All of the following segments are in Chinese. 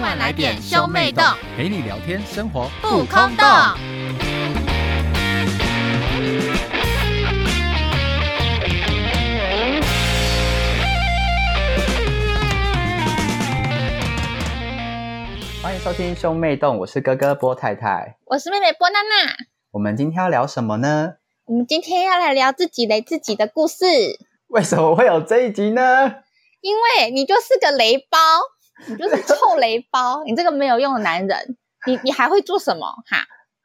快来点兄妹洞，陪你聊天，生活不空洞。欢迎收听兄妹洞，我是哥哥波太太。我是妹妹波娜娜，我们今天要聊什么呢？我们今天要来聊自己雷自己的故事，为什么会有这一集呢？因为你就是个雷包，你就是臭雷 包，你这个没有用的男人，你你还会做什么哈？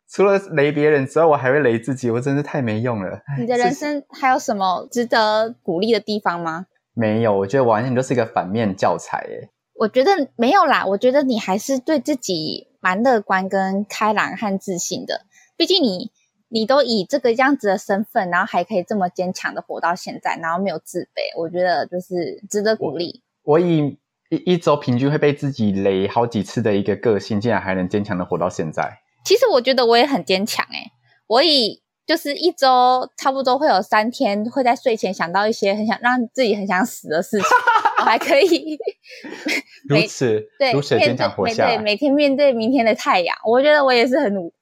除了雷别人之外，我还会雷自己，我真是太没用了。你的人生还有什么值得鼓励的地方吗？没有，我觉得完全就是一个反面教材耶。我觉得没有啦，我觉得你还是对自己蛮乐观、跟开朗和自信的。毕竟你你都以这个样子的身份，然后还可以这么坚强的活到现在，然后没有自卑，我觉得就是值得鼓励。我以一一周平均会被自己雷好几次的一个个性，竟然还能坚强的活到现在。其实我觉得我也很坚强诶、我以就是一周差不多会有三天会在睡前想到一些很想让自己很想死的事情，我还可以如每此对如此面坚强对活每下对来。每天面对明天的太阳，我觉得我也是很努，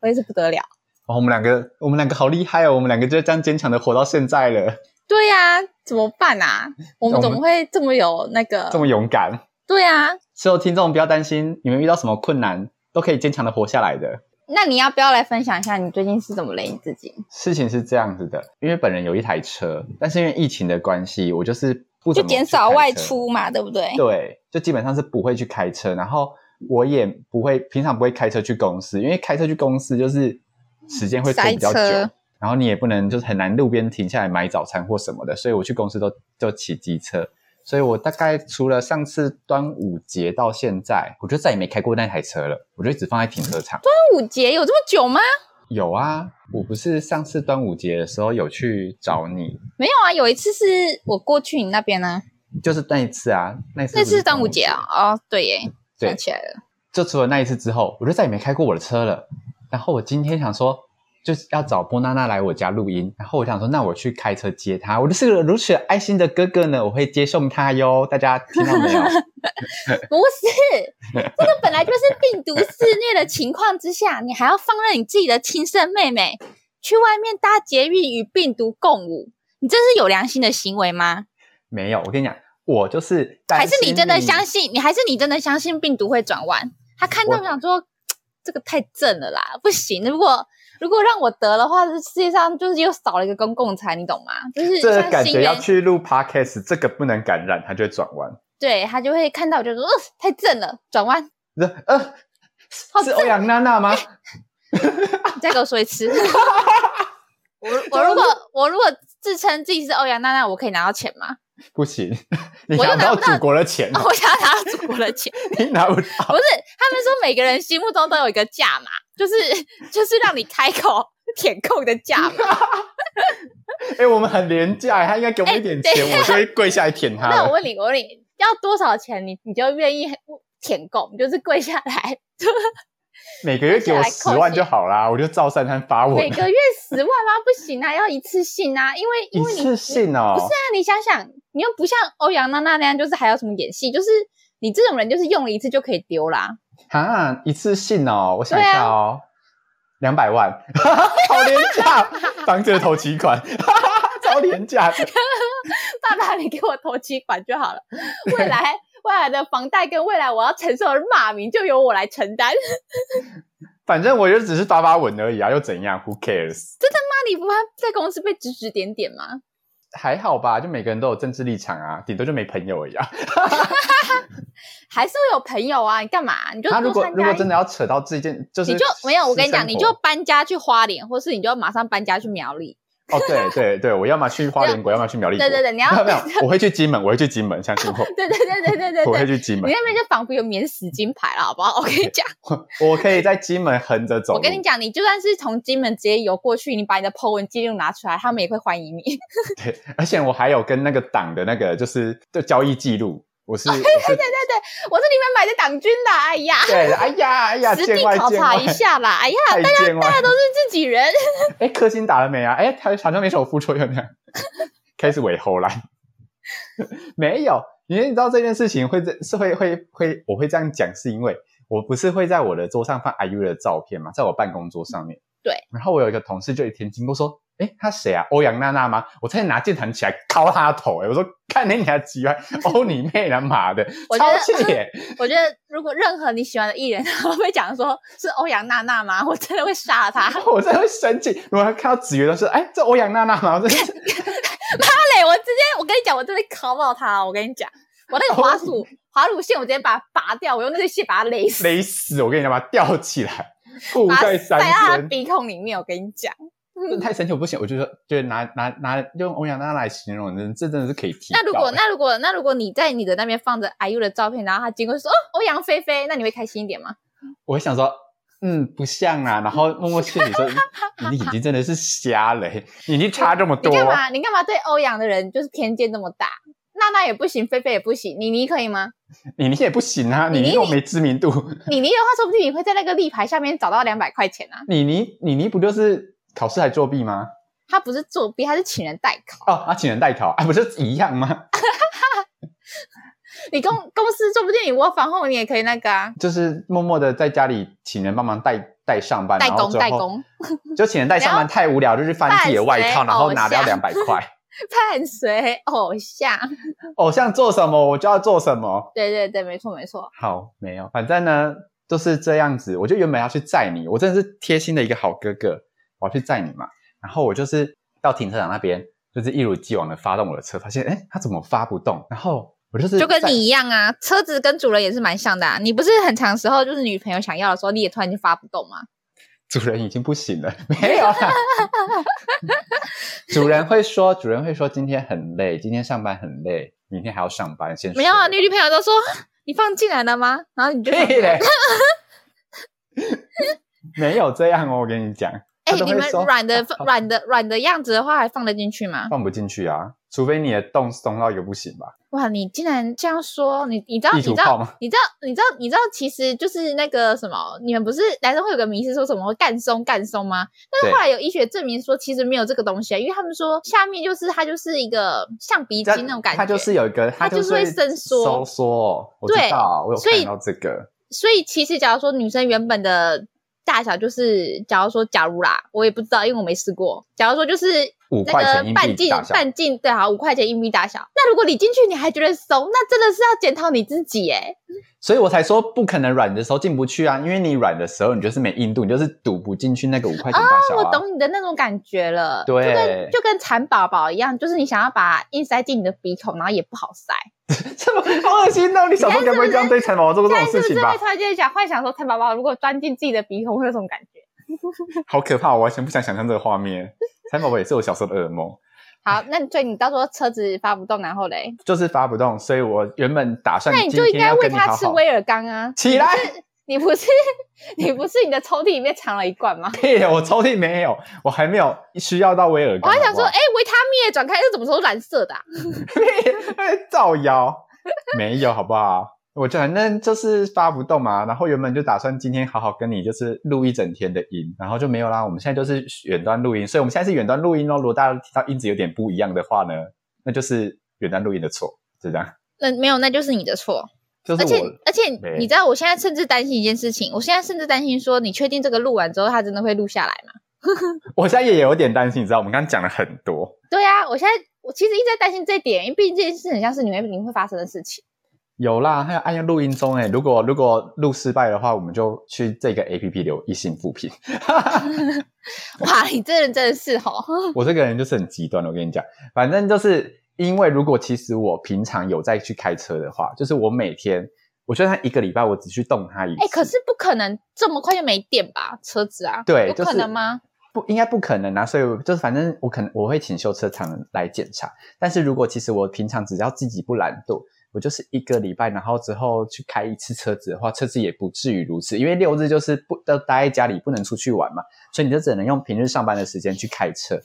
我也是不得了。哦，我们两个，我们两个好厉害哦！我们两个就这样坚强的活到现在了，对呀、怎么办 啊？我们我们怎么会这么有那个？这么勇敢。对啊，所有听众不要担心，你们遇到什么困难都可以坚强的活下来的。那你要不要来分享一下你最近是怎么雷你自己？事情是这样子的，因为本人有一台车，但是因为疫情的关系，我就是不就怎么减去少开外车，出嘛，对不对？对，就基本上是不会去开车，然后我也不会平常不会开车去公司，因为开车去公司就是时间会拖塞比较久车，然后你也不能就是很难路边停下来买早餐或什么的，所以我去公司都就骑机车。所以我大概除了上次端午节到现在，我就再也没开过那台车了，我就一直放在停车场。端午节有这么久吗？有啊，我不是上次端午节的时候有去找你，没有啊，有一次是我过去你那边呢、就是那一次啊，那一次那不次是是端午节啊。哦，对耶，对想起来了。就除了那一次之后，我就再也没开过我的车了。然后我今天想说，就是要找波娜娜来我家录音，然后我想说，那我去开车接她。我就是个如此爱心的哥哥呢，我会接送她哟。大家听到 没有？不是， 这个本来就是病毒肆虐的情况之下，你还要放任你自己的亲生妹妹去外面搭捷运与病毒共舞，你这是有良心的行为吗？没有，我跟你讲，我就是担还心是你真的相信？你还是你真的相信病毒会转弯？他看到我想说，嘖这个太正了啦，不行！如果如果让我得的话，这世界上就是又少了一个公共财，你懂吗？就是这个像感新觉要源，去录 podcast，这个不能感染，它就会转弯。对他就会看到，就说、呃、太正了，转弯。呃，好是欧哦阳娜娜欸吗？你再给我说一 次。我我如果我如果自称自己是欧哦阳娜娜，我可以拿到钱吗？不行，你我又拿拿不到不到哦祖国的 钱，我想要拿到祖国的钱。你拿不到。不是，他们说每个人心目中都有一个价码，就是 就是让你开口填空的价码。哎、我们很廉价，他应该给我们一点钱，哎对我就会跪下来舔他那我了。问你，我问你要多少钱你，你就愿意舔供，你就是跪下来，每个月给我十万就好啦，我就照三餐发文 每。个月十万吗？不行啊，要一次性啊，因为因一为你次性哦、不是啊，你想想，你又不像欧阳娜娜那样，就是还有什么演戏，就是你这种人就是用了一次就可以丢啦。 啊，一次性哦、我啊想一下哦、两百、万， 好廉 价，当这个头期款， 超廉价的。爸爸，你给我投期款就好了，未来。未来的房贷跟未来我要承受的骂名就由我来承担。那反正我就只是发发文而已啊，又怎样？Who cares？你不怕在公司被指指点点吗？还好吧，就每个人都有政治立场啊，顶多就没朋友而已啊。还是会有朋友啊？你干嘛？你就他如多果参加如果一真的要扯到这件，就是你就没有，我跟你讲，私你生就活搬家去花莲，或是你就马上搬家去苗栗。哦，对对对，我要么去 花莲国，要么去苗栗国。对对对，你要 没有没有，我会去金门，我会去金门，相信我， 对对对对对对我会对，去金你门，那边就仿佛有免死金牌了，好不好？我跟 你讲，我可以在金门横着走路。我跟你讲，你就算是从金门直接游过去，你把你的 po 文记录拿出来，他们也会欢迎你。 对，而且我还有跟那个党的那个就是就交易记录，我哦是对对我是你们买的党军啦，哎呀，对，哎呀哎呀，实地见外考见察外，一下啦，哎呀，太见外大。家都是自己人。 哎，氪金打了没啊？哎， 他好像没什么副作用那样，开始尾后啦。没有，因为你知道这件事情会这是会会会，我会这样讲，是因为我不是会在我的桌上放 IU 的照片嘛，在我办公桌上面。对。然后我有一个同事就一天经过说：“哎，他谁啊？欧阳娜娜吗？”我差点拿键盘起来敲他的头、欸。哎，我说：“看你你还奇怪， 欧你妹他妈的，我觉超得气 耶！我觉得如果任何你喜欢的艺人， 然后被讲说是欧阳娜娜吗？我 真的会杀了他。我真的会生气。如果他看到子瑜都是，哎，这欧阳娜娜吗？ 我真的是对，我直接我跟你讲，我真的烤爆他！我跟你讲，我那个滑鼠滑鼠线，我直接把它拔掉，我用那个线把它哦勒死， 勒死！我跟你讲，把它吊起来，固把它在塞三到他的圈。鼻孔里面。我跟你讲，真的太神奇，我不行，我就说，就拿拿拿用欧阳娜娜来形容，真的这真的是可以提到。那如果那如果那如果你在你的那边放着 IU 的照片，然后他经过说哦欧阳菲菲，那你会开心一点吗？我会想说，嗯，不像啊，然后默默心里说，嗯你的眼睛真的是瞎了、欸，眼睛差这么你多，干嘛你干嘛对啊欧阳的人就是偏见这么大？娜娜也不行，菲菲也不行，妮妮可以吗？你你也不行啊，你你你又没知名度，妮妮的话，说不定你会在那个立牌下面找到两百块钱啊！你你你你不就是考试还作弊吗？他不是作弊，他是请人代考。哦，啊，请人代考啊，不是一样吗？你公公司说不定你窝房后，你也可以那个啊，就是默默的在家里请人帮忙代代上班，代然后工最代后工， 啊就请人代上班太无聊，就去翻自己的外套，扮谁然后拿掉偶像两百块。 伴随偶像。偶像做什么，我就要做什么。对对对，没错没错。好，没有，反正呢就是这样子。我就原本要去载你，我真的是贴心的一个好哥哥，我要去载你嘛。然后我就是到停车场那边，就是一如既往的发动我的车，发现哎，它怎么发不动？然后我就是就跟在你一样啊，车子跟主人也是蛮像的、啊。你不是很长时候就是女朋友想要的时候，你也突然就发不动吗？主人已经不行了，没有啦。主人会说，主人会说今天很累，今天上班很累，明天还要上班，先睡没有啊，你女朋友都说你放进来了吗？然后你就屁嘞，没有这样哦，我跟你讲，哎、他都你会们说软的软的软的样子的话，还放得进去吗？放不进去啊，除非你的洞松到一个不行吧？哇，你竟然这样说，你你知道意你图知炮道吗你知道你知道你知道，其实就是那个什么，你们不是男生会有个迷思，说什么会干松干松吗？但对是后来有医学证明说，其实没有这个东西啊，因为他们说下面就是它就是一个像鼻它筋那种感觉，它就是有一个，它就就是是会伸缩收缩。哦我知对道，我有所以看到这个，所以其实，假如说女生原本的大小就是，假如说假如啦，我也不知道，因为我没试过。假如说就是五那块钱个硬半币径大小，半径对啊好五块钱硬币大小，那如果你进去你还觉得松，那真的是要检讨你自己哎、所以我才说不可能软的时候进不去啊，因为你软的时候你就是没硬度，你就是堵不进去那个五块钱大小我啊。懂你的那种感觉了，对就跟就跟蚕宝宝一样，就是你想要把硬塞进你的鼻孔，然后也不好塞。这么好恶心哦！你小时候该不会这样对蚕宝宝做过现这在种是事不情是吧会？突然间想幻想说蚕宝宝如果钻进自己的鼻孔会有什么感觉？好可怕！我完全不想想象这个画面。蚕宝宝也是我小时候的噩梦，好，那所以你到时候车子发不动，然后嘞，就是发不动，所以我原本打算那你嗯今就应天该要喂跟你它好吃好威尔刚啊。起来。你不是 你不是你的抽屉里面藏了一罐吗？屁！我抽屉没有，我还没有需要到威尔我刚。还想说，好哎、维他命也转开，这怎么都蓝色的、啊？ 不好造谣，没有好不好？我就反正就是发不动嘛，然后原本就打算今天好好跟你就是录一整天的音，然后就没有啦。我们现在就是远端录音，所以我们现在是远端录音哦。如果大家听到音质有点不一样的话呢，那就是远端录音的错，是这样。那嗯没有，那就是你的错。就是而且我而且没，你知道我现在甚至担心一件事情，我现在甚至担心说，你确定这个录完之后，它真的会录下来吗？我现在也有点担心，你知道，我们刚刚讲了很多，对啊，我现在我其实一直在担心这一点，因为毕竟这件事很像是你会你会发生的事情。有啦，还有按录音中哎、如果如果录失败的话，我们就去这个 A P P 留一星复评。哇，你这人真的是哦吼，我这个人就是很极端的，我跟你讲，反正就是因为如果其实我平常有再去开车的话，就是我每天，我就算一个礼拜我只去动它一次，哎、可是不可能这么快就没电吧？车子啊，对有就可是能吗？不应该不可能啊，所以我就是反正我可能我会请修车厂来检查，但是如果其实我平常只要自己不懒惰，我就是一个礼拜，然后之后去开一次车子的话，车子也不至于如此，因为六日就是不都待在家里，不能出去玩嘛，所以你就只能用平日上班的时间去开车，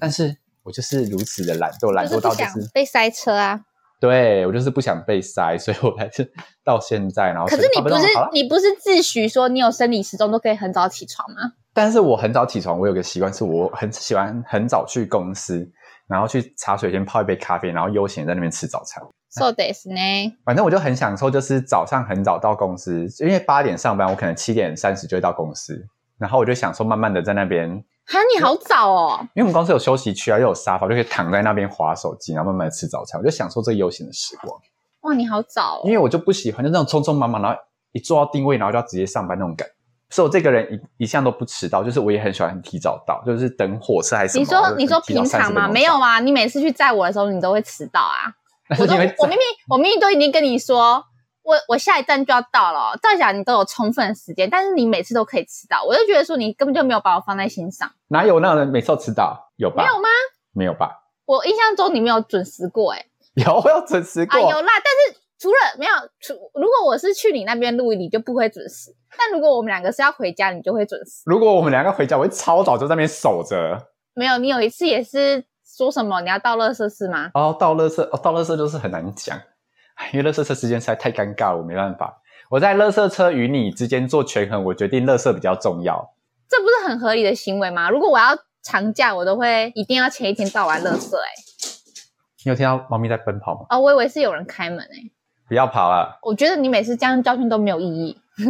但是我就是如此的懒惰，懒就是不惰到就想是被塞车啊。对我就是不想被塞，所以我还 是到现在，然后可是觉得你啊不然是好了你不是自诩说你有生理时钟都可以很早起床吗？但是我很早起床，我有个习惯是我很喜欢很早去公司，然后去茶水间泡一杯咖啡，然后悠闲在那边吃早餐。そうですね。反正我就很享受，就是早上很早到公司，因为八点上班，我可能七点三十就会到公司，然后我就享受慢慢的在那边，哈，你好早哦。因为我们公司有休息区啊，又有沙发，我就可以躺在那边划手机，然后慢慢地吃早餐，我就享受这悠闲的时光。哇，你好早因哦。为我就不喜欢就那种匆匆忙忙，然后一坐到定位，然后就要直接上班那种感觉。所以我这个人一一向都不迟到，就是我也很喜欢提早到，就是等火车还是什么你我说就你说提早平常30分吗？钟没有吗？你每次去载我的时候，你都会迟到啊。但我 是都因为我明明我明明都已经跟你说，我我下一站就要到了哦，照讲你都有充分的时间，但是你每次都可以迟到，我就觉得说你根本就没有把我放在心上，哪有那种人每次都迟到？有吧？没有吗？没有吧？ 我印象中你没有准时过、欸，有，我有准时啊过。有啦，但是除了没有除，如果我是去你那边录音，你就不会准时；但如果我们两个是要回家，你就会准时。如果我们两个回家，我会超早就在那边守着。没有，你有一次也是说什么你要到垃圾室吗？哦，到垃圾，哦，到垃圾就是很难讲，唉因为垃圾车时间实在太尴尬了，我没办法。我在垃圾车与你之间做权衡，我决定垃圾比较重要。这不是很合理的行为吗？如果我要长假，我都会一定要前一天到完垃圾、欸。哎，你有听到猫咪在奔跑吗？哦，我以为是有人开门哎、不要跑了。我觉得你每次这样教训都没有意义， 因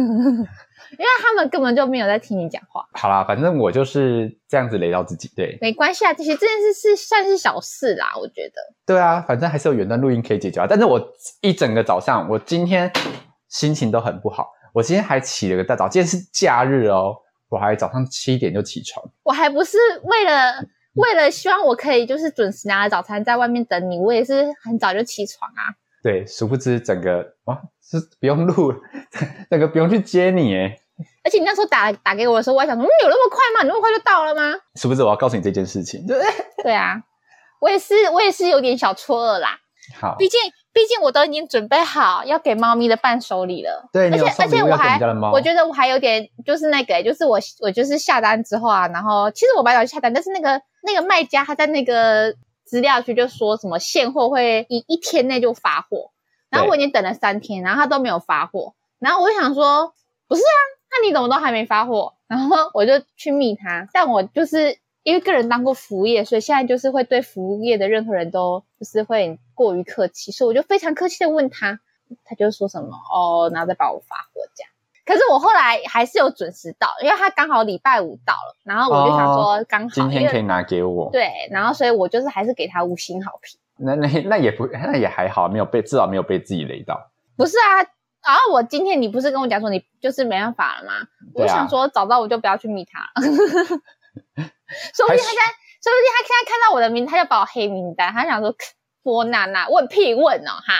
为他们根本就没有在听你讲话。好啦，反正我就是这样子雷到自己。对没关系啊，这些这件事是算是小事啦，我觉得。对啊，反正还是有远端录音可以解决啊。但是我一整个早上，我今天心情都很不好。我今天还起了个大早，今天是假日哦，我还早上七点就起床。我还不是为了为了希望我可以就是准时拿了早餐在外面等你，我也是很早就起床啊。对，殊不知整个哇是不用录 了，整个不用去接你诶。而且你那时候打打给我的时候，我还想说，嗯，有那么快吗？你那么快就到了吗？殊不知我要告诉你这件事情，对不对？对啊，我也是，我也是有点小错愕啦。好，毕竟，毕竟我都已经准备好要给猫咪的伴手礼了。对你而有且送而且礼物我要给你还家的猫，我觉得我还有点就是那个、就是我我就是下单之后啊，然后其实我本来想下单，但是那个那个卖家他在那个资料区就说什么现货会一一天内就发货，然后对我已经等了三天，然后他都没有发货，然后我就想说不是啊，那你怎么都还没发货？ 然后我就去密他，但我就是因为个人当过服务业，所以现在就是会对服务业的任何人都就是会过于客气，所以我就非常客气的问他，他就说什么哦，然后再帮我发货这样。可是我后来还是有准时到，因为他刚好礼拜五到了，然后我就想说刚好、哦今天可以以拿给我。对，然后所以我就是还是给他五星好评。那那那也不那也还好，没有被至少没有被自己雷到。不是啊，然后我今天你不是跟我讲说你就是没办法了吗？对我啊想说早知道我就不要去密他了，说不定他现在，还是说不定他现在看到我的名字，他就把我黑名单，他想说波娜娜问屁问哦哈，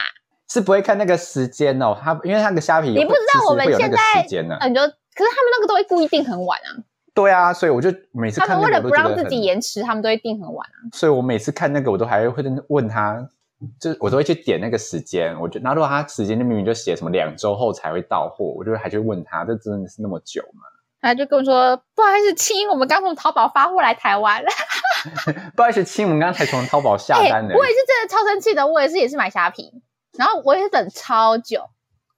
是不会看那个时间哦，他因为那个虾皮有你不知道其实我们会有那个现在时间呢、啊那你就可是他们那个都会故意定很晚啊，对啊，所以我就每次他看那们为了个我都不觉得让自很己延迟，他们都会定很晚啊。所以我每次看那个，我都还会问他，就是我都会去点那个时间。我就那如果他时间就明明就写什么两周后才会到货，我就还去问他，这真的是那么久吗？他就跟我说：“不好意思，亲，我们刚从淘宝发货来台湾。 不好意思，亲，我们刚才从淘宝下哎，单的、 我也是真的超生气的，我也是也是买虾皮，然后我也是等超久，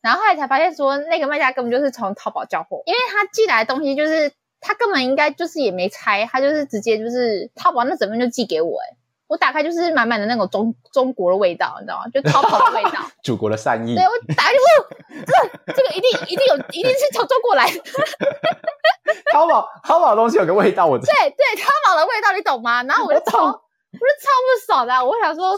然后后来才发现说那个卖家根本就是从淘宝交货，因为他寄来的东西就是他根本应该就是也没拆，他就是直接就是淘宝那整份就寄给我、哎，我打开就是满满的那种中中国的味道，你知道吗？就淘宝的味 道。祖国的善意对，我打开就，哦这这个一定一定有一定是从中国来的，淘宝淘宝东西有个味道，我知对对，淘宝的味道，你懂吗？然后我就我懂超，我就超不爽的啊、我想说，啊，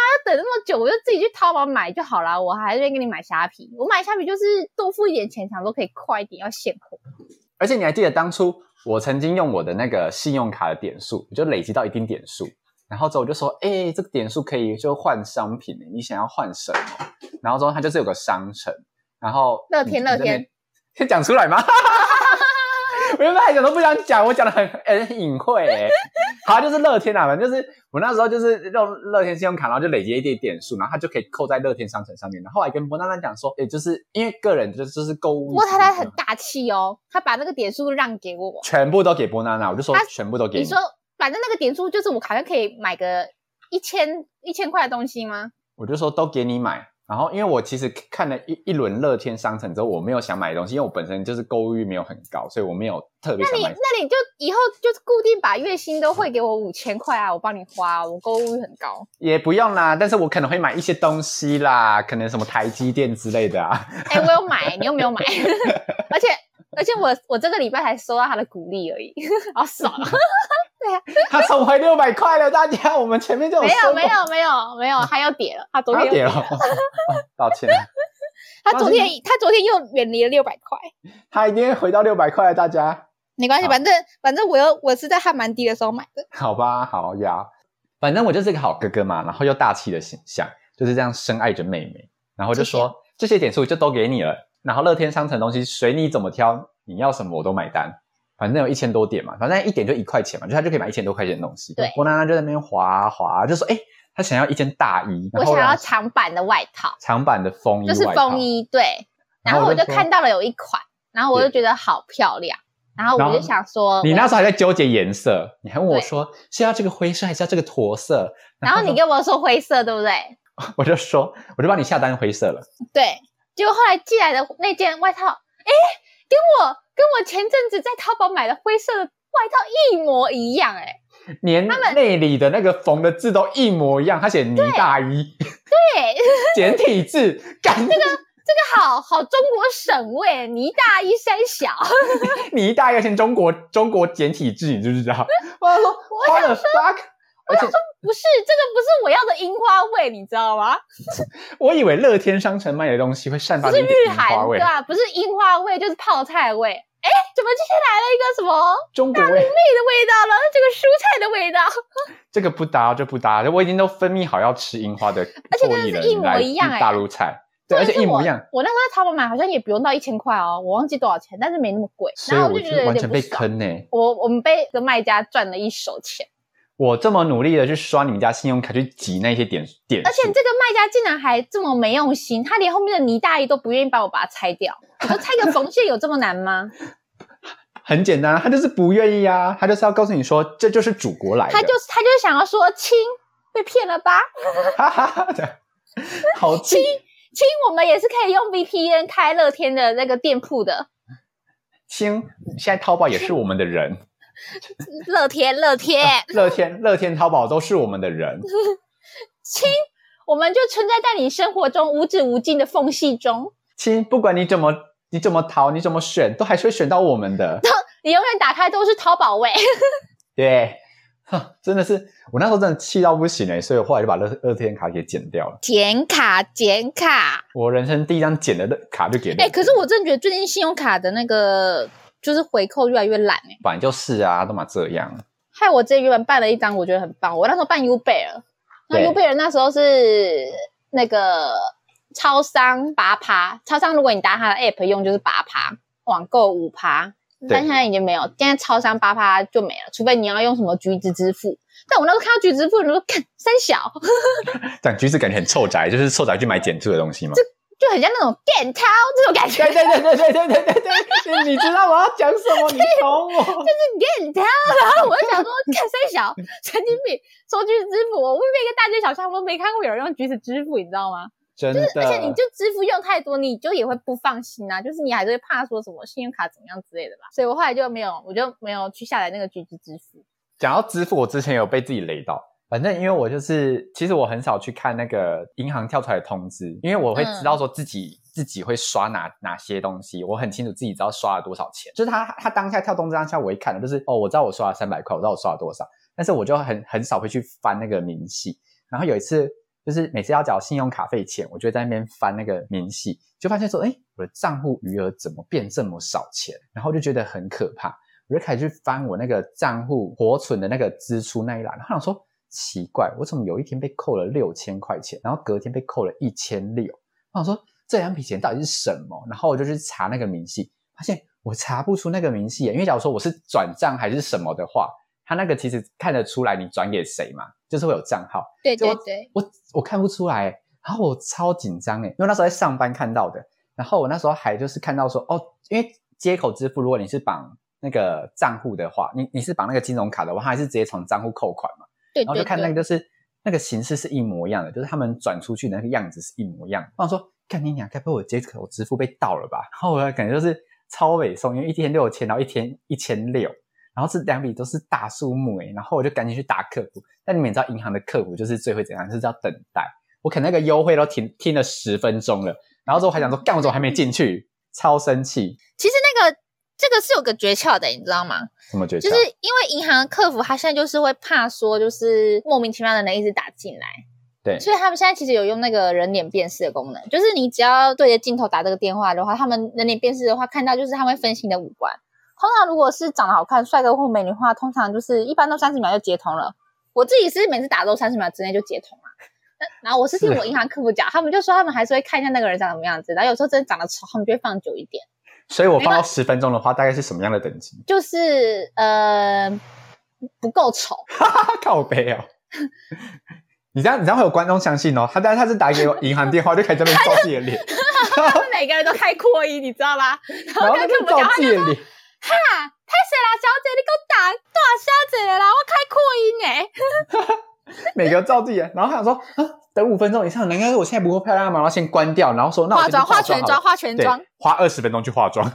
要等那么久，我就自己去淘宝买就好啊啦。我还在那边给你买虾皮，我买虾皮就是多付一点钱，想说可以快一点，要现货。嗯而且你还记得当初我曾经用我的那个信用卡的点数，我就累积到一定点数，然后之后我就说，哎、这个点数可以就换商品，欸你想要换什么？然后之后它就是有个商城，然后乐天你在那乐天边，可以讲出来吗？ 我原本还想都不想讲，我讲的很很隐晦、欸。好，就是乐天啊，反正就是我那时候就是用乐天信用卡，然后就累积一点点数，然后它就可以扣在乐天商城上面。然后后来跟波娜娜讲说，也、哎就是因为个人就是就是购物，不过他他很大气哦，他把那个点数让给我。全部都给波娜娜，我就说他全部都给你说，反正那个点数就是我好像可以买个一千一千块的东西吗？我就说都给你买，然后因为我其实看了一一轮乐天商城之后，我没有想买东西，因为我本身就是购物欲没有很高，所以我没有特别那想你买。那你就以后就是固定把月薪都汇给我五千块啊，我帮你花，我购物欲很高。也不用啦，但是我可能会买一些东西啦，可能什么台积电之类的啊。 哎、我有买，你又没有买，而且而且我我这个礼拜才收到他的鼓励而已，哦好 爽啊！他重回六百块了，大家，我们前面就有没有说过没有没有没有，他又跌了，他昨他天又点了，啊哦抱歉，他昨天他昨天又远离了六百块，他一定会回到六百块了，大家。没关系，好反正反正我又我是在还蛮低的时候买的， 好吧，好呀，反正我就是个好哥哥嘛，然后又大气的形象，就是这样深爱着妹妹，然后就说这些点数就都给你了，然后乐天商城东西随你怎么挑，你要什么我都买单，反正有一千多点嘛，反正一点就一块钱嘛，就他就可以买一千多块钱的东西。对波娜娜就在那边滑滑，就说哎，她想要一件大衣，我然后想要让长版的外套，长版的风衣，就是风。衣，对。然后我就说看到了有一款，然后我就觉得好漂亮，然后然我后就想说，你我那要时候还在纠结颜色，你还问我对说是要这个灰色还是要这个驼色， 然后你跟我说灰色，对不对？我就说我就帮你下单灰色了。对，结果后来寄来的那件外套，哎，跟我跟我前阵子在淘宝买的灰色的外套一模一样，哎，连内里的那个缝的字都一模一样，他写呢 大衣，对，简体字，干这个这好好中国省味，泥大衣三小， 呢大衣要先中国中国简体字，你知不知道？我想说，what the fuck？而且不是这个不是我要的樱花味，你知道吗？我以为乐天商城卖的东西会散不发是出一点日樱花韩啊味对，吧、不是樱花味就是泡菜味，哎，怎么今天来了一个什么中国味妹的味道了？这个蔬菜的味道，这个不搭就不搭，哦我已经都分泌好要吃樱花的而且唾液真的了，是一模来一样吃哎大陆菜，对，而且重点一是我模一样，。我那时候在淘宝买好像也不用到一千块哦，我忘记多少钱，但是没那么贵。所以然后我就觉得有完点全不被爽坑呢、欸我我们被一个卖家赚了一手钱，我这么努力的去刷你们家信用卡去挤那些点点数，而且这个卖家竟然还这么没用心，他连后面的泥大衣都不愿意帮我把它拆掉。我说拆个缝线有这么难 吗？很简单，他就是不愿意啊，他就是要告诉你说这就是祖国来的，他就他就想要说亲，被骗了吧？ 哈哈哈这样，好 气亲亲，我们也是可以用 VPN 开乐天的那个店铺的，亲，现在淘宝也是我们 的人，乐天乐天乐天乐天淘宝都是我们的人，亲，我们就存在在你生活中无止无尽的缝隙中，亲，不管你怎么你怎么淘，你怎么选，都还是会选到我 们的，你永远打开都是淘宝味。 对。 哼真的是，我那时候真的气到不行哎、所以我后来就把乐乐天卡给剪掉了。剪卡剪卡，我人生第一张剪的乐卡就给了， 哎、可是我真的觉得最近信用卡的那个就是回扣越来越烂哎、本来就是啊，都嘛这样。害我之前原本办了一张，我觉得很棒。我那时候办 U 贝尔，那对 U 贝尔那时候是那个超商八趴，超商如果你打他的 app 用就是八趴，网购五趴，但现在已经没有，现在超商八趴就没了，除非你要用什么橘子支付。但我那时候看到橘子支付，我就说看三小，讲橘子感觉很臭宅，就是臭宅去买减醋的东西嘛。就很像那种电超这种感觉，对对对对对对对对，你知道我要讲什么？你懂我。电超。然后我就想说看三 小神经病，收橘子支付，我问每个大街小巷我都没看过有人用橘子支付，你知道吗？真的，而且你就支付用太多，你就也会不放心啊，就是你还是会怕说什么信用卡怎么样之类的吧。所以我后来就没有，我就没有去下载那个橘子支付。讲到支付，我之前有被自己雷到。反正因为我就是，其实我很少去看那个银行跳出来的通知，因为我会知道说自己、自己会刷哪哪些东西，我很清楚自己知道刷了多少钱。就是他他当下跳通知当下，我一看就是哦，我知道我刷了三百块，我知道我刷了多少，但是我就很很少会去翻那个明细。然后有一次就是每次要缴信用卡费前，我就在那边翻那个明细，就发现说，哎，我的账户余额怎么变这么少钱？然后就觉得很可怕，我就开始去翻我那个账户活存的那个支出那一栏，然后想说奇怪，我怎么有一天被扣了六千块钱，然后隔天被扣了一千六？我想说这两笔钱到底是什么？然后我就去查那个明细，发现我查不出那个明细耶，因为假如说我是转账还是什么的话，他那个其实看得出来你转给谁嘛，就是会有账号。对对对，我我看不出来欸，然后我超紧张哎，因为那时候在上班看到的，然后我那时候还就是看到说哦，因为接口支付，如果你是绑那个账户的话，你你是绑那个金融卡的话，它还是直接从账户扣款嘛，对然后就看那个就是那个形式是一模一样的，就是他们转出去的那个样子是一模一样的。我想说，干你娘，该不会我这口支付被盗了吧？然后我感觉就是超尾送，因为一天六千，然后一天一千六，然后这两笔都是大数目欸诶，然后我就赶紧去打客服。但你们也知道，银行的客服就是最会怎样，就是要等待。我可能那个优惠都听听了十分钟了，然后之后还想说，干我怎么还没进去？超生气！其实那个这个是有个诀窍的，你知道吗？什么诀就窍？是因为银行的客服他现在就是会怕说，就是莫名其妙的人一直打进来，对所以他们现在其实有用那个人脸辨识的功能，就是你只要对着镜头打这个电话的话，他们人脸辨识的话看到就是他们会分析你的五官。通常如果是长得好看、帅哥或美女的话，通常就是一般都三十秒就接通了。我自己是每次打都三十秒之内就接通了。那然后我是听是我银行客服讲，他们就说他们还是会看一下那个人长什么样子，然后有时候真的长得丑，他们就会放久一点。所以我放到十分钟的话，大概是什么样的等级？就是呃不够丑， 靠背哦。你这样，你这样会有观众相信哦。他但是他是打给我银行电话，就开始在那边照自己的脸，他们每个人都开扩音，你知道 吗？然然后后跟在客那服边照讲话自就己说的：“脸。哈，太谁啦，小姐，你给我打大小姐了啦，我开扩音哎、每个照自己的，然后他想说啊，等五分钟以上，难道我现在不够漂亮吗？然后先关掉，然后 说那我化先去妆化全好妆了化全妆对，，花二十分钟去化妆，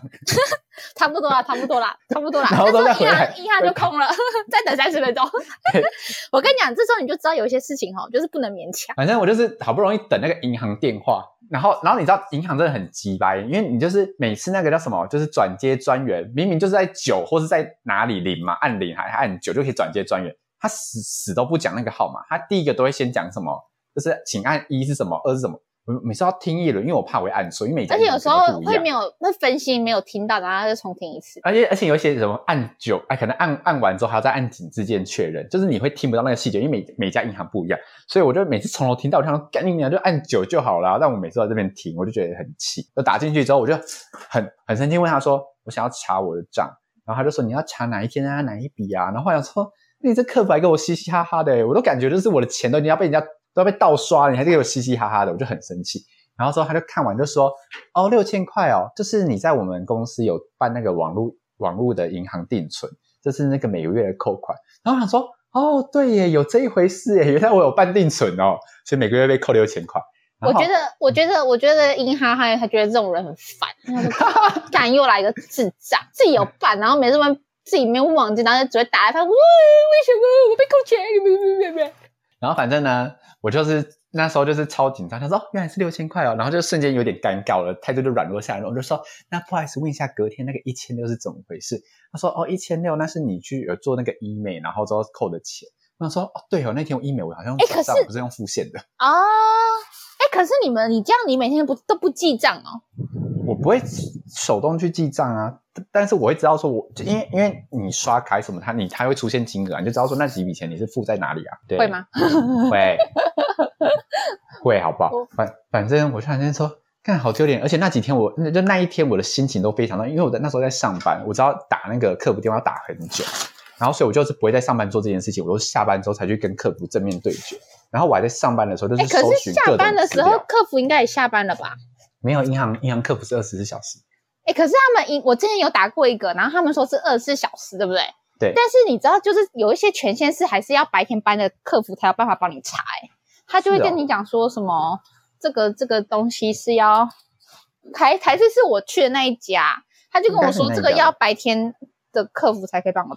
差不多啦，差不多 啦，差不多啦。然后这都时再候回银来行银行就空了， 再等三十分钟对。 我跟你讲，这时候你就知道有一些事情哦，就是不能勉强。反正我就是好不容易等那个银行电话，然后然后你知道银行真的很鸡掰，因为你就是每次那个叫什么，就是转接专员，明明就是在九或是在哪里零嘛，按零还还按九就可以转接专员，他死死都不讲那个号码，他第一个都会先讲什么，就是请按一是什么，二是什么，我每次要听一轮，因为我怕我会按错，因为每家而且有银行时候都不一会样没有会分析没有听到，然后再重听一次。而且而且有一些什么按九，哎，可能按按完之后还要再按紧字键确认，就是你会听不到那个细节，因为每每家银行不一样，所以我就每次从头听到，我想说干你娘就按九就好了，但我每次都在这边听，我就觉得很气。就打进去之后，我就很很生气，问他说我想要查我的账，然后他就说你要查哪一天啊，哪一笔啊，然后我想说你这客服还跟我嘻嘻哈哈的、欸我都感觉就是我的钱都已经要被人家都要被盗刷了，你还在给我嘻嘻哈哈的，我就很生气。然后之后他就看完就说：“哦，六千块哦，就是你在我们公司有办那个网络网络的银行定存，这是那个每个月的扣款。”然后我想说：“哦，对耶，有这一回事耶，原来我有办定存哦，所以每个月被扣六千块。”然我后觉得，我觉得，我觉得银行还还觉得这种人很 烦，他说干又来一个智障，自己有办，然后每次问自己没有忘记，然后就只会打来他，喂，为什么我被扣钱？别别别别！然后反正呢，我就是那时候就是超紧张，他说哦，原来是六千块哦，然后就瞬间有点尴尬了，态度就软弱下来了。我就说，那不好意思，问一下隔天那个一千六是怎么回事？他说哦，一千六那是你去有做那个医美，然后之后扣的钱。我想说哦，对哦，那天我医美我好像哎可转是账我不是用付现的，哦，哎，可是你们，你这样，你每天不都不记账哦？我不会手动去记账啊，但是我会知道说我，就因为因为你刷卡什么，它你它会出现金额啊，你就知道说那几笔钱你是付在哪里啊？对会吗？ 会会好不好我？反反正我突然间说，干好丢脸，而且那几天我那就那一天我的心情都非常的，因为我在那时候在上班，我知道打那个客服电话要打很久，然后所以我就是不会在上班做这件事情，我都是下班之后才去跟客服正面对决。然后我还在上班的时候，就哎，是可搜是寻各下种班的资时候，料客服应该也下班了吧？没有银行银行客服是二十四小时，哎，可是他们银，我之前有打过一个，然后他们说是二十四小时，对不对？对但是你知道，就是有一些权限是还是要白天班的客服才有办法帮你查、欸，他就会是哦跟你讲说什么、这个这个东西是要，还还是是我去的那一家，他就跟我应说该是那一这家个要白天的客服才可以帮我，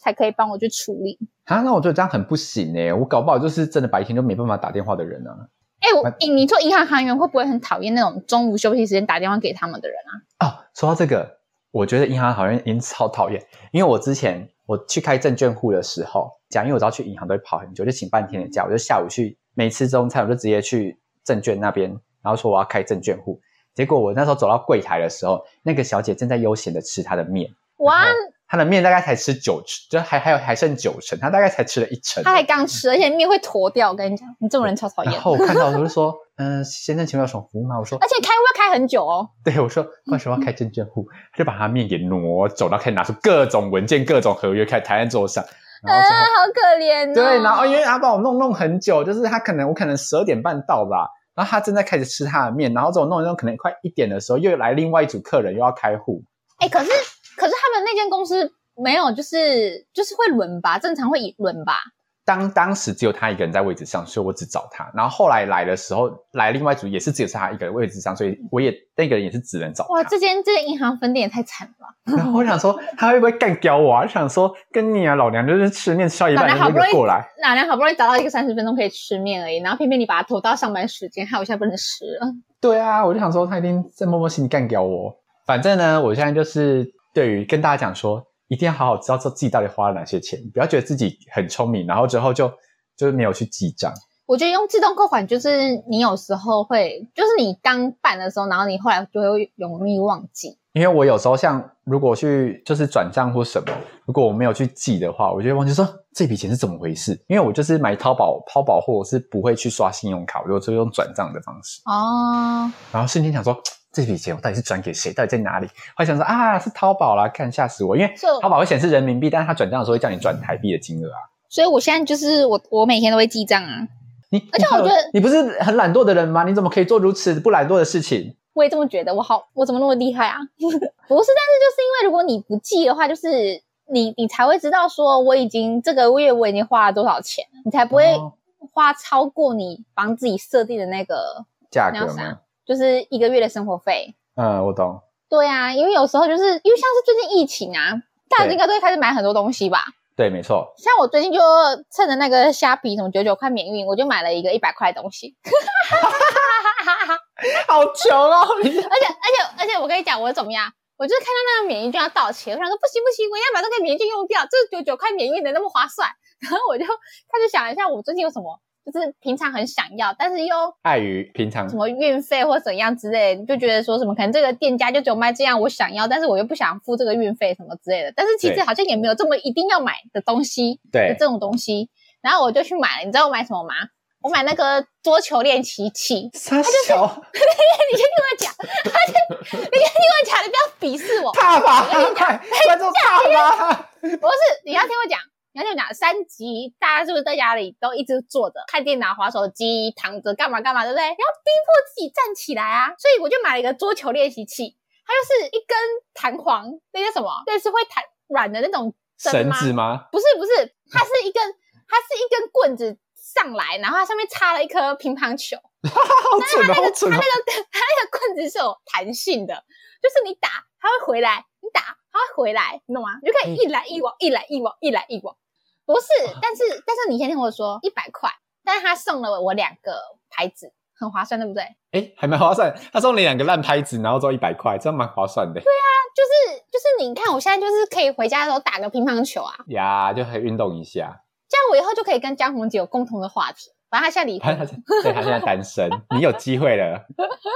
才可以帮我去处理。啊，那我觉得这样很不行哎、我搞不好就是真的白天就没办法打电话的人啊。哎、我那你你做银行行员会不会很讨厌那种中午休息时间打电话给他们的人啊？哦，说到这个，我觉得银行好像已经超讨厌，因为我之前我去开证券户的时候，讲因为我知道去银行都会跑很久，就请半天的假，我就下午去没吃中餐，我就直接去证券那边，然后说我要开证券户。结果我那时候走到柜台的时候，那个小姐正在悠闲的吃她的面，哇，她的面大概才吃九成，就还还有还剩九成，她大概才吃了一成。他还刚吃，而且面会坨掉。我跟你讲，你这种人超讨厌然。后我看到我就说，嗯、先生，请问有什么服务吗？我说而，且开会要开很久哦。对，我说为嗯什么要开证券户？他就把他面给挪走，然后开始拿出各种文件、各种合约，开始抬在桌上。然后之后，好可怜哦。对，然后因为他把我弄弄很久，就是他可能我可能十二点半到吧，然后他正在开始吃他的面，然后这种弄一弄，可能快一点的时候又来另外一组客人又要开户，哎、可是可是他们那间公司没有，就是就是会轮吧，正常会轮吧。当当时只有他一个人在位置上，所以我只找他。然后后来来的时候，来另外一组也是只有他一个人位置上，所以我也那个人也是只能找哇，他。这间这间银行分店也太惨了吧！然后我想说他会不会干掉我啊？就想说跟你啊，老娘就是吃面吃到一老半，娘然好后不就容易过来。，老娘好不容易找到一个三十分钟可以吃面而已，然后偏偏你把它拖到上班时间，害我现在不能吃了。对啊，我就想说他一定在默默心里干掉我。反正呢，我现在就是对于跟大家讲说，一定要好好知道自己到底花了哪些钱，不要觉得自己很聪明，然后之后就就是没有去记账。我觉得用自动扣款就是你有时候会，就是你刚办的时候，然后你后来就会容易忘记。因为我有时候像如果去就是转账或什么，如果我没有去记的话，我就会忘记说这笔钱是怎么回事。因为我就是买淘宝淘宝货，我是不会去刷信用卡，我就是用转账的方式。哦，然后瞬间想说，这笔钱我到底是转给谁？到底在哪里？后来想说啊，是淘宝啦，看吓死我！因为所以淘宝会显示人民币，但是它转账的时候会叫你转台币的金额啊。所以我现在就是我，我每天都会记账啊。你而且我觉得你不是很懒惰的人吗？你怎么可以做如此不懒惰的事情？我也这么觉得，我好，我怎么那么厉害啊？ 不是，但是就是因为如果你不记的话，就是你你才会知道说我已经这个月我已经花了多少钱，你才不会哦花超过你帮自己设定的那个，价你要格吗想？就是一个月的生活费。嗯，我懂。对啊，因为有时候就是因为像是最近疫情啊，大家对应该都会开始买很多东西吧。对，没错。像我最近就趁着那个虾皮什么九九块免运，我就买了一个一百块的东西。 好穷哦！你而且而且而且，我跟你讲，我怎么样？我就是看到那个免疫券要到期，我想说不行不行，我一定要把这个免疫券用掉，这九九块免疫的那么划算。然后我就开始想一下，我最近有什么就是平常很想要，但是又碍于哎平常什么运费或怎样之类的，就觉得说什么可能这个店家就只有卖这样我想要，但是我又不想付这个运费什么之类的。但是其实对好像也没有这么一定要买的东西的对哎这种东西。然后我就去买了，你知道我买什么吗？我买那个桌球练习器。 傻小跟我讲，他就你跟你我讲，你不要鄙视我，踏吧，哎快观众踏吧！不是你要听我讲。你要听我讲，三级大家是不是在家里都一直坐着看电脑、划手机、躺着干嘛干嘛，对不对？你要逼迫自己站起来啊！所以我就买了一个桌球练习器，它就是一根弹簧，那叫什么？类似会弹软的那种针绳吗？子吗？不是不是，它是一根，它是一根棍子上来，然后它上面插了一颗乒乓球。好蠢哦，好 蠢哦！那个它那个棍子是有弹性的，就是你打它会回来，你打它会回来，你懂吗？你就可以嗯一来一往，一来一往，一来一往。不是，但是但是你先听我说，一百块，但是他送了我两个牌子，很划算，对不对？哎，还蛮划算。他送你两个烂拍子，然后之后一百块，这样蛮划算的就是就是，你看我现在就是可以回家的时候打个乒乓球啊，呀，就可以运动一下。这样我以后就可以跟江红姐有共同的话题。反正她现在 离他婚他了，对他现在单身，你有机会了。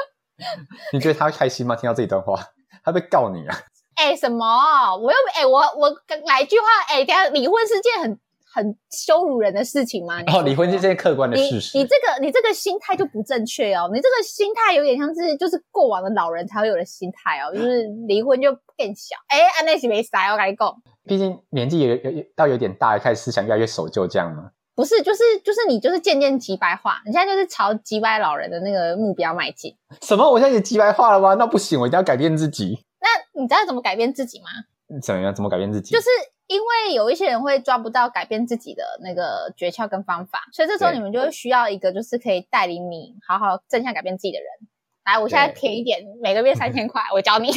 你觉得他会开心吗？听到这一段话，他会告你啊！哎、什么？我又哎、我我来一句话，哎、等一下离婚是件很很羞辱人的事情吗？你然说后哦离婚说是件客观的你事实你这。个你这个心态就不正确哦，你这个心态有点像是就是过往的老人才会有的心态哦，就是离婚就更小。哎，安内是没塞，我跟你讲，毕竟年纪有有有到有点大，开始思想越来越守旧，这样吗？不是，就是就是你就是渐渐极白化，你现在就是朝极白老人的那个目标迈进。什么？我现在也鸡白化了吗？那不行，我一定要改变自己。那你知道怎么改变自己吗？怎么样？怎么改变自己？就是因为有一些人会抓不到改变自己的那个诀窍跟方法，所以这时候对你们就会需要一个就是可以带领你好好正向改变自己的人。来，我现在对便宜点，每个月三千块，我教你。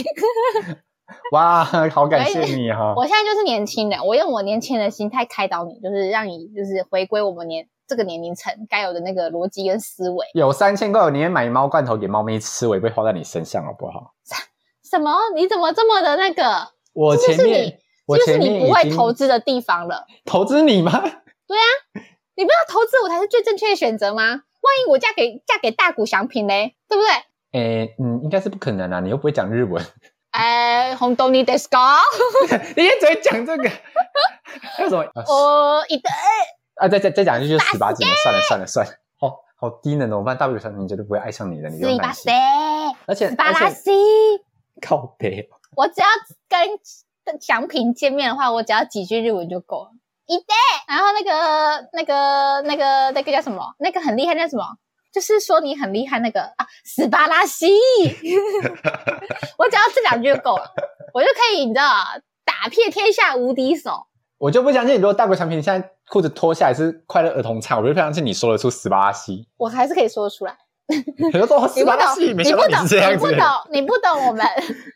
哇，好感谢你哦哈、我现在就是年轻人，我用我年轻人的心态开导你，就是让你就是回归我们年这个年龄层该有的那个逻辑跟思维。有三千块，我宁愿买猫罐头给猫咪吃，我也不会花在你身上，好不好？什么？你怎么这么的那个？我前这就是面你，我就是前面你不已会经投资的地方了。投资你吗？ 你不知道投资我才是最正确的选择吗？万一我嫁给嫁给大谷翔平嘞，对不对？诶，嗯，应该是不可能啊，你又不会讲日文，哎，红豆你 d i s c o 你也只会讲这个。 还有什么？啊，哦，一个啊再再再讲一句就十八禁了，算了算了算了，好好低能哦！我发现大不了上你绝对不会爱上你的，你不十用八担岁心。，而且十八拉而且西。靠北，哦我只要跟祥平见面的话，我只要几句日文就够了。一对，然后那个、那个、那个、那个叫什么？那个很厉害，那什么？就是说你很厉害那个啊，斯巴拉 西。我只要这两句就够了，我就可以，你知道，打遍天下无敌手。我就不相信，如果大国产品你现在裤子脱下来是快乐儿童餐，我就不相信你说得出十 八西。我还是可以说得出来。你就说你十不八懂，西，没你想不到你懂，是这样你子不。懂，你不懂我们，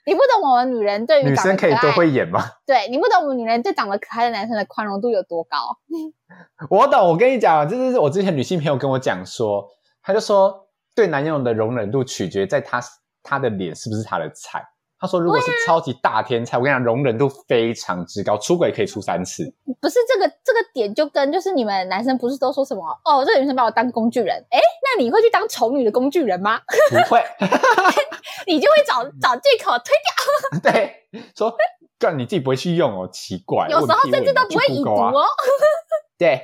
你不懂我们女人对于女长得生可以可多爱，会演吗？对，你不懂我们女人对长得可爱的男生的宽容度有多高。我懂，我跟你讲，这就是我之前女性朋友跟我讲说，她就说对男友的容忍度取决在他他的脸是不是他的菜。她啊说如果是超级大天菜，我跟你讲，容忍度非常之高，出轨可以出三次。不是这个这个点就跟就是你们男生不是都说什么哦，这个女生把我当工具人，诶，那你会去当丑女的工具人吗？ 不会，你就会找找借口推对，说干你自己不会去用哦，奇怪。掉，有时候甚至都不会已读哦。哦。 对，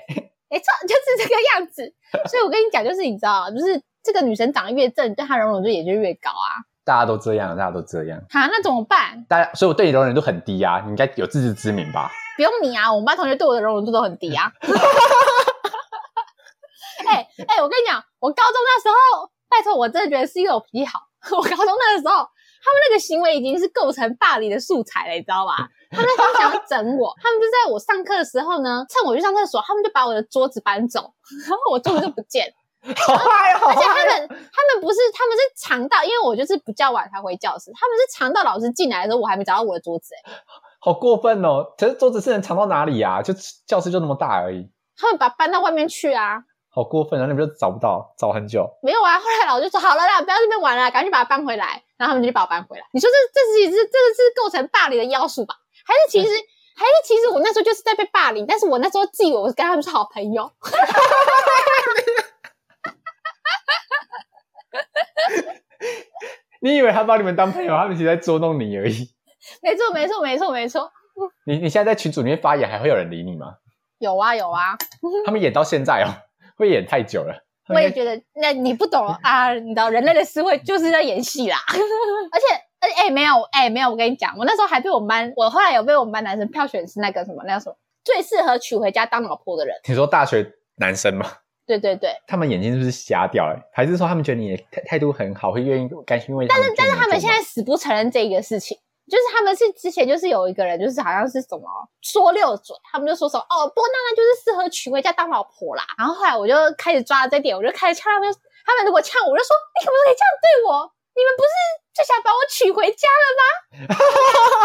没错，就是这个样子。 所以我跟你讲，就是你知道，就是这个女生长得越正，对她容忍度也就越高啊。大家都这样，大家都这样，哈，那怎么办？大家，所以我对你容忍度很低啊，你应该有自知之明吧？不用你啊，我们班同学对我的容忍度都很低啊。 哎哎、我跟你讲，我高中那时候，拜托，我真的觉得是因为我脾气好。 我高中那个时候，他们那个行为已经是构成霸凌的素材了，你知道吧？他们那时候想要整我，他们就在我上课的时候呢，趁我去上厕所，他们就把我的桌子搬走， 然后我桌子就不见了。好坏哦，好 而且坏他哦们他们不是他们是长到，因为我就是比较晚才回教室，他们是长到老师进来的时候，我还没找到我的桌子、欸， 好过分哦！可是桌子是能藏到哪里啊？就教室就那么大而已，他们把搬到外面去啊。好过分啊！那边就找不到，找很久。没有啊，后来老师就说好了啦，不要这边玩了，赶紧把它搬回来。然后他们就去把我搬回来。你说这这其实是这个是构成霸凌的要素吧？还是其实、还是其实我那时候就是在被霸凌，但是我那时候自以为我跟他们是好朋友， 你以为他把你们当朋友，他们其实在捉弄你而已。 没错没错没错没错，你你现在在群组里面发言，还会有人理你吗？有啊有啊，他们演到现在哦， 会演太久了。他我们也觉得，那你不懂啊，你知道人类的思维就是在演戏啦。 而且，而且，哎、没有，哎、没有，我跟你讲，我那时候还被我们班，我后来有被我们班男生票选是那个什么，那个什么最适合娶回家当老婆的人。你说大学男生吗？对对对，他们眼睛是不是瞎掉了？还是说他们觉得你的态态度很好，会愿意甘心为他们但是但是他们现在死不承认这一个事情。就是他们是之前就是有一个人，就是好像是什么说六嘴，他们就说什么哦，波娜娜就是适合娶回家当老婆啦。然后后来我就开始抓了这点，我就开始呛他们，他们如果呛我，我就说你可不可以这样对我？你们不是就想把我娶回家了 吗？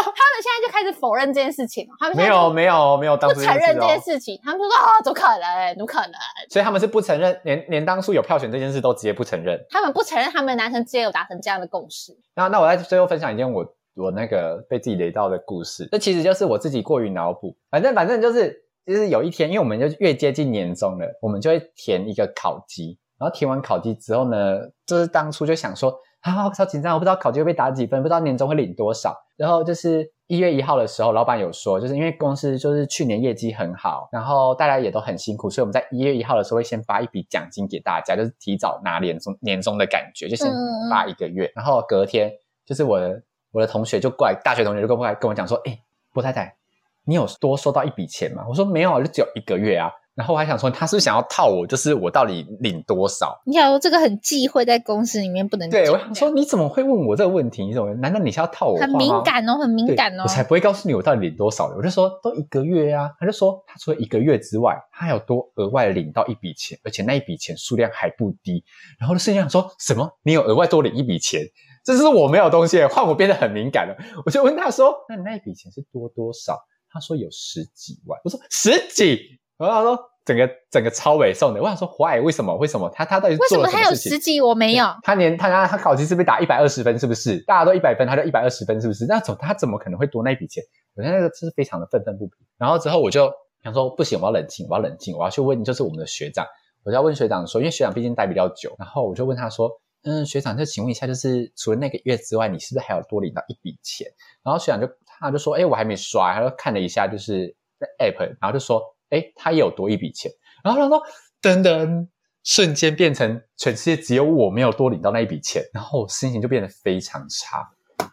他们现在就开始否认这件事情了，他们现没在就有没有没有当不初承认这件哦，事情，他们就说哦，怎么可能？怎么可能？所以他们是不承认，连连当初有票选这件事都直接不承认。他们不承认他们男生之间有达成这样的共识。那那我在最后分享一件我我那个被自己雷到的故事，这其实就是我自己过于脑补。反正反正就是就是有一天，因为我们就越接近年终了，我们就会填一个烤鸡。然后填完烤鸡之后呢，就是当初就想说啊，超紧张，我不知道烤鸡会被打几分，不知道年终会领多少。然后就是一月一号的时候，老板有说，就是因为公司就是去年业绩很好，然后大家也都很辛苦，所以我们在一月一号的时候会先发一笔奖金给大家，就是提早拿年终年终的感觉，就嗯先嗯嗯发一个月。然后隔天就是我的我的同学就过来，大学同学就过来跟我讲说，哎，波太太，你有多收到一笔钱吗？我说没有啊，就只有一个月啊。然后我还想说，他是不是想要套我？就是我到底领多少？你想说这个很忌讳在公司里面不能对，讲我想说，你怎么会问我这个问题？你怎么？难道你是要套我话很吗？敏感哦，很敏对感哦我。才不会告诉你我到底领多少的。我就说都一个月啊，他就说他除了一个月之外，他还有多额外领到一笔钱，而且那一笔钱数量还不低。然后就瞬间想说什么？你有额外多领一笔钱？这是我没有东西，换我变得很敏感了。我就问他说：“那你那一笔钱是多多少？”他说有十几万。我说十几？然后他说整个整个超委送的。我想说 why？为什么？为什么？他他到底为什做了么什他有么事情十？几我没有？他连他他他考级是不是打一百二十分？是不是大家都一百分，他就一百二十分？是不是？那怎么他怎么可能会多那一笔钱？我现在那个真是非常的愤愤不平。然后之后我就想说，不行，我要冷静，我要冷静，我要去问，就是我们的学长，我就要问学长说，因为学长毕竟待比较久，然后我就问他说，嗯，学长，就请问一下，就是除了那个月之外，你是不是还有多领到一笔钱？然后学长就他就说，哎，我还没刷，他就看了一下就是那 app，然后就说，哎，他也有多一笔钱。然后他说，噔噔，瞬间变成全世界只有我没有多领到那一笔钱，然后我心情就变得非常差。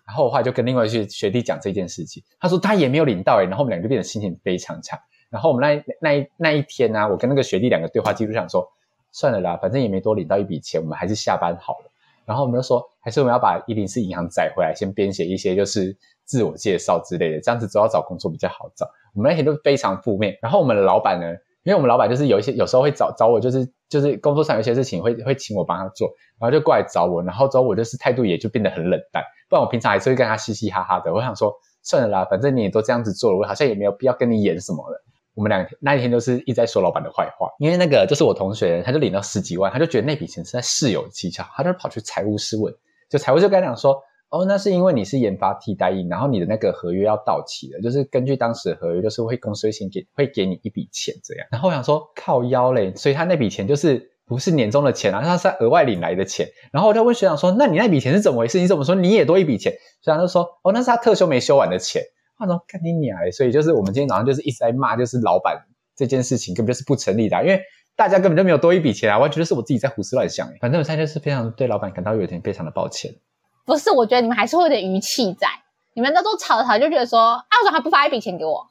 然后我后来就跟另外一些学弟讲这件事情，他说他也没有领到欸诶、然后我们两个就变得心情非常差。然后我们那一那一那一天啊呢、我跟那个学弟两个对话记录上说，算了啦，反正也没多领到一笔钱，我们还是下班好了。然后我们就说，还是我们要把一零四银行载回来，先编写一些就是自我介绍之类的，这样子之后找工作比较好找。我我们那天都非常负面。然后我们的老板呢，因为我们老板就是有一些有时候会找找我，就是就是工作上有一些事情会会请我帮他做，然后就过来找我，然后之后我就是态度也就变得很冷淡。不然我平常还是会跟他嘻嘻哈哈的。我想说算了啦，反正你也都这样子做了，我好像也没有必要跟你演什么了。我们两天那一天都是一直在说老板的坏话，因为那个就是我同学，他就领到十几万，他就觉得那笔钱是在室友蹊跷，他就跑去财务室问，就财务就跟他讲说，哦，那是因为你是研发替代役，然后你的那个合约要到期了，就是根据当时的合约，就是会公司会先给会给你一笔钱这样。然后我想说靠腰嘞，所以他那笔钱就是不是年终的钱啊，他是额外领来的钱。然后我就问学长说，那你那笔钱是怎么回事？你怎么说你也多一笔钱？学长就说，哦，那是他特休没休完的钱。他说：“干你娘嘞！”所以就是我们今天早上就是一直在骂，就是老板这件事情根本就是不成立的、啊，因为大家根本就没有多一笔钱啊，完全就是我自己在胡思乱想。欸反正我现在就是非常对老板感到有点非常的抱歉。啊不是，我觉得你们还是会有点余气在，你们那时候吵吵就觉得说，啊，为什么还不发一笔钱给 我？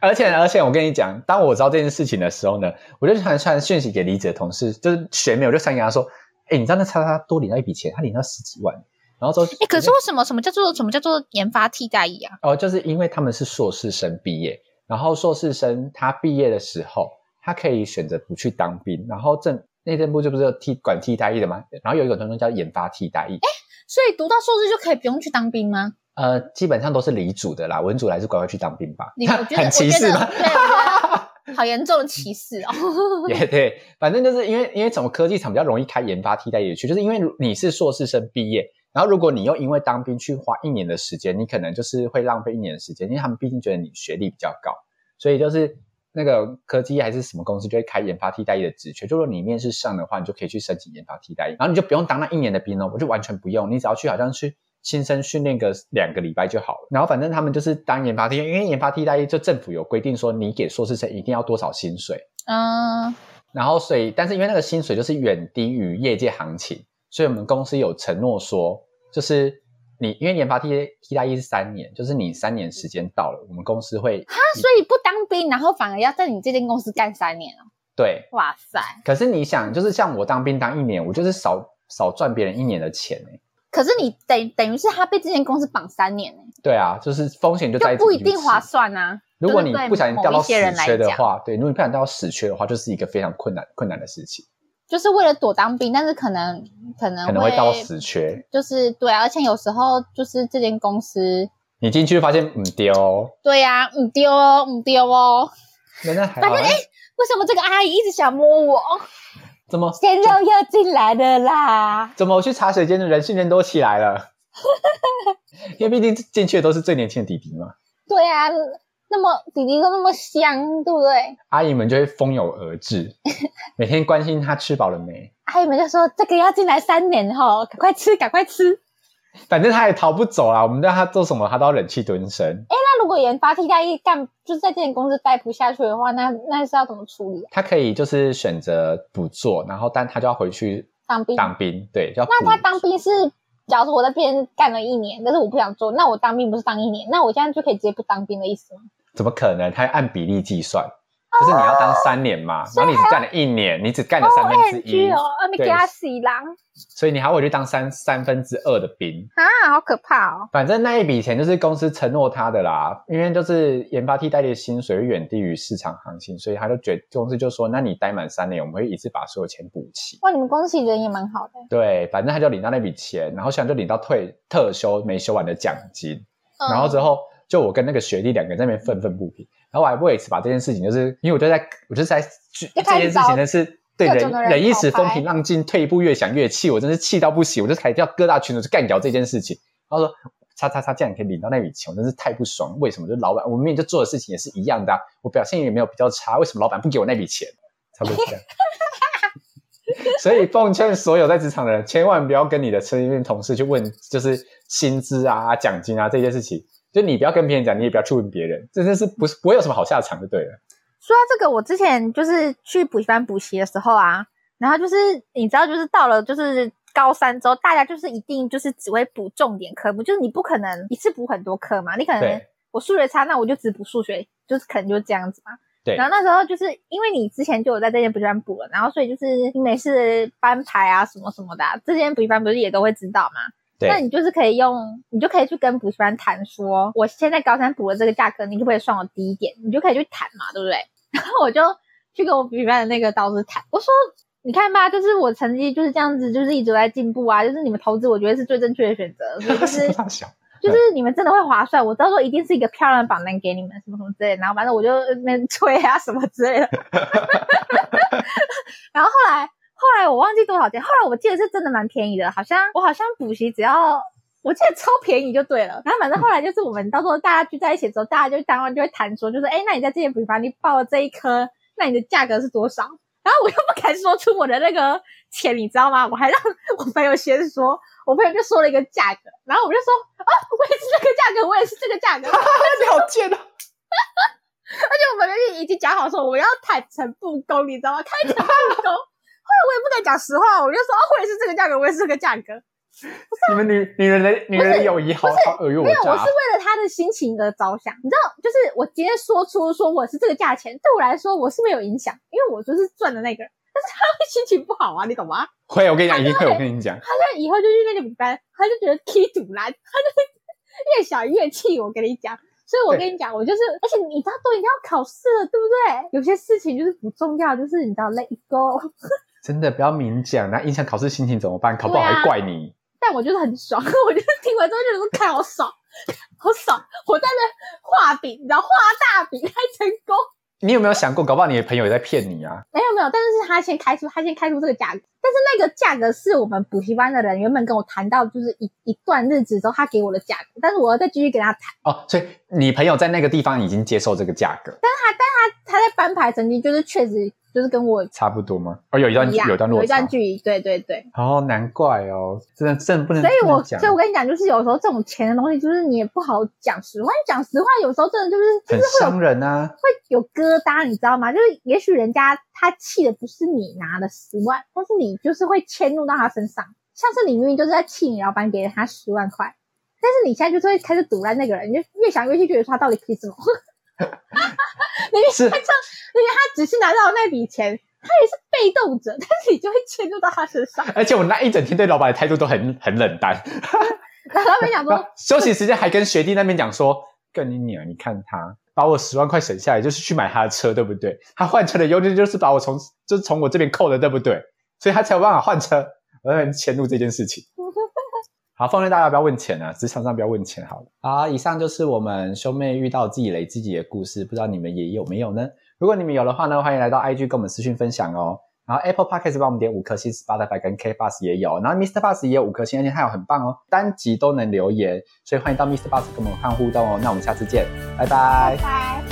而且而且我跟你讲，当我知道这件事情的时候呢，我就传传讯息给离职的同事，就是学妹，我就传给他说：“哎、欸，你知道那叉叉多领到一笔钱，他领到十几万。”然后之后，哎、欸，可是为什么什么叫做什么叫做研发替代役啊？哦，就是因为他们是硕士生毕业，然后硕士生他毕业的时候，他可以选择不去当兵，然后政内政部就不是有替管替代役的吗？然后有一种东西叫研发替代役，哎，所以读到硕士就可以不用去当兵吗？呃，基本上都是理主的啦，文主还是乖乖去当兵吧。你我觉得 很歧视吗？好严重的歧视哦！ 也对，反正就是因为因为整个科技厂比较容易开研发替代业去，就是因为你是硕士生毕业，然后如果你又因为当兵去花一年的时间，你可能就是会浪费一年的时间，因为他们毕竟觉得你学历比较高，所以就是那个科技还是什么公司就会开研发替代业的职缺，就如果你面试上的话，你就可以去申请研发替代业，然后你就不用当那一年的兵哦，我就完全不用，你只要去好像去。新生训练个两个礼拜就好了，然后反正他们就是当研发替代，因为研发替代就政府有规定说你给硕士生一定要多少薪水，嗯，然后所以但是因为那个薪水就是远低于业界行情，所以我们公司有承诺说，就是你因为研发替替代一是三年，就是你三年时间到了，我们公司 会哈，所以不当兵，然后反而要在你这间公司干三年哦，对，哇塞，可是你想，就是像我当兵当一年，我就是少少赚别人一年的钱哎、欸。可是你等等于是他被这间公司绑三年呢、对啊，就是风险就在欸，就不一定划算啊。如果你不小心掉到某一死些人来缺的讲话，对，如果你不小心掉到死缺的话，就是一个非常困难困难的事情，就是为了躲当兵，但是可能可能可能会掉到死缺。就是对啊，而且有时候就是这间公司，你进去就发现嗯丢哦，对呀、啊，唔丢哦，唔丢哦，那那还反好正啊哎、为什么这个阿姨一直想摸我？怎么鲜肉要进来了啦！怎么我去茶水间的人训练都起来了？ 因为毕竟进去的都是最年轻的弟弟嘛，对啊，那么弟弟都那么香，对不对？阿姨们就会蜂拥而 至，每天关心他吃饱了没。阿姨们就说这个要进来三年吼，赶快吃，赶快吃。反正他也逃不走啊啦，我们让他做什么，他都要忍气吞声。那如果研发替代役干，就是在这间公司待不下去的话，那那是要怎么处理啊？他可以就是选择不做，然后但他就要回去当兵？当兵，对，就要嗯那补他当兵是，假如说我在边干了一年，但是我不想做，那我当兵不是当一年，那我现在就可以直接不当兵的意思吗？怎么可能？他要按比例计算，哦就是你要当三年嘛，啊然后你只干了一年，你只干了三分之一，哦，啊你给他死狼所以你还要回去当三三分之二的兵。啊，好可怕哦！反正那一笔钱就是公司承诺他的啦，因为就是研发替代的薪水远低于市场行情，所以他就决公司就说，那你待满三年，我们会一次把所有钱补齐。哇，你们公司其实人也蛮好的。对，反正他就领到那笔钱，然后想就领到退特休没休完的奖金。然后之后，后就我跟那个学弟两个人在那边愤愤不平，然后我还为此把这件事情，就是因为我就在我就在这就这开始件事情呢是。对各忍种的人忍一时讨风拍平浪静，退一步越想越气，我真是气到不行，我就开始叫各大群主去干掉这件事情。然后说，叉叉叉，竟然可以领到那笔钱，我真是太不爽。为什么？就老板，我明明就做的事情也是一样的、啊，我表现也没有比较差，为什么老板不给我那笔钱？差不多这样。 所以奉劝所有在职场的人，千万不要跟你的车里面同事去问，就是薪资啊、奖金啊这些事情。就你不要跟别人讲，你也不要去问别人，这真是不是不会有什么好下场就对了。说到这个，我之前就是去补习班补习的时候啊，然后就是你知道，就是到了就是高三之后，大家就是一定就是只会补重点科目，就是你不可能一次补很多科嘛，你可能对我数学差，那我就只补数学，就是可能就这样子嘛。对然后那时候就是因为你之前就有在这间补习班补了，然后所以就是你每次班排啊什么什么的啊、这间补习班不是也都会知道嘛。对那你就是可以用，你就可以去跟补习班谈说，我现在高三补的这个价格，你可不可以算我低一点？你就可以去谈嘛，对不对？ 然后我就去跟我补习班的那个导师谈，我说。你看吧，就是我成绩就是这样子，就是一直都在进步啊。就是你们投资，我觉得是最正确的选择，所以就 是 大小就是你们真的会划算，我到时候一定是一个漂亮的榜单给你们，什么什么之类的。然后反正我就在那边吹啊什么之类的。 然后后来后来我忘记多少钱，后来我记得是真的蛮便宜的，好像我好像补习只要我记得超便宜就对了。然后反正后来就是我们到时候大家聚在一起的时候，大家就当然就会谈说，就是哎，诶那你在这些补习班你报了这一科，那你的价格是多少？然后我又不敢说出我的那个钱，你知道吗？我还让我朋友先说，我朋友就说了一个价格，然后我就说啊，我也是这个价格，我也是这个价格， 而你好哦贱啊！且我们已经讲好说我要坦诚不公，你知道吗？开诚布公。 后来我也不敢讲实话，我就说啊，我也是这个价格，我也是这个价格。你们女女人的女人的友谊好好尔虞我没有，我诈是。为了他的心情而着想，你知道，就是我今天说出说我是这个价钱，对我来说我是没有影响，因为我就是赚的那个人。 但是他会心情不好啊，你懂吗？会，我跟你讲，一定会。我跟你讲，他就以后就去那个补班，他就觉得 踢堵啦，他就是越想越气。我跟你讲，所以我跟你讲，我就是，而且你知道都已经要考试了，对不对？有些事情就是不重要，就是你知道 let it go。真的不要明讲，那影响考试心情怎么办？考不好对啊还怪你。但我就是很爽，我就是听完之后就觉得看好爽，好爽！我在那画饼，你知道画大饼还成功。你有没有想过，搞不好你的朋友也在骗你啊？没有没有，但是是他先开出，他先开出这个价格，但是那个价格是我们补习班的人原本跟我谈到，就是一一段日子之后他给我的价格，但是我要再继续跟他谈。哦，所以你朋友在那个地方已经接受这个价格，他在班牌成绩就是确实就是跟我差不多吗？哦，有一段一样，有一段落一差段。距离，对对对。哦，难怪哦，真的真的不能。所以不我，能讲所以我跟你讲，就是有时候这种钱的东西，就是你也不好讲实话。你讲实话，有时候真的就是就很是会有伤人啊。会有疙瘩，你知道吗？就是也许人家他气的不是你拿了十万，但是你就是会迁怒到他身上。像是你明明就是在气你老板给了他十万块，但是你现在就是会开始堵烂那个人，你就越想越气，觉得说他到底凭什么？ 明明是他这样，明明他只是拿到了那笔钱，他也是被动者，但是你就会迁怒到他身上。而且我那一整天对老板的态度都很很冷淡，然后他们想然后说， 休息时间还跟学弟那边讲说：“跟你娘，你看他把我十万块省下来，就是去买他的车，对不对？他换车的优点就是把我从就是从我这边扣的，对不对？所以他才有办法换车。”我 很迁怒这件事情。好，奉劝大家不要问钱啊，职场上不要问钱好了。好，以上就是我们兄妹遇到自己雷自己的故事，不知道你们也有没有呢？如果你们有的话呢，欢迎来到 IG 跟我们私讯分享哦。然后 Apple Podcast 帮我们点五颗星，Spotify 跟 K Bus 也有，然后 Mr. Bus 也有五颗星，而且还有很棒哦，单集都能留言，所以欢迎到 Mr. Bus 跟我们看互动哦。那我们下次见，拜拜拜拜。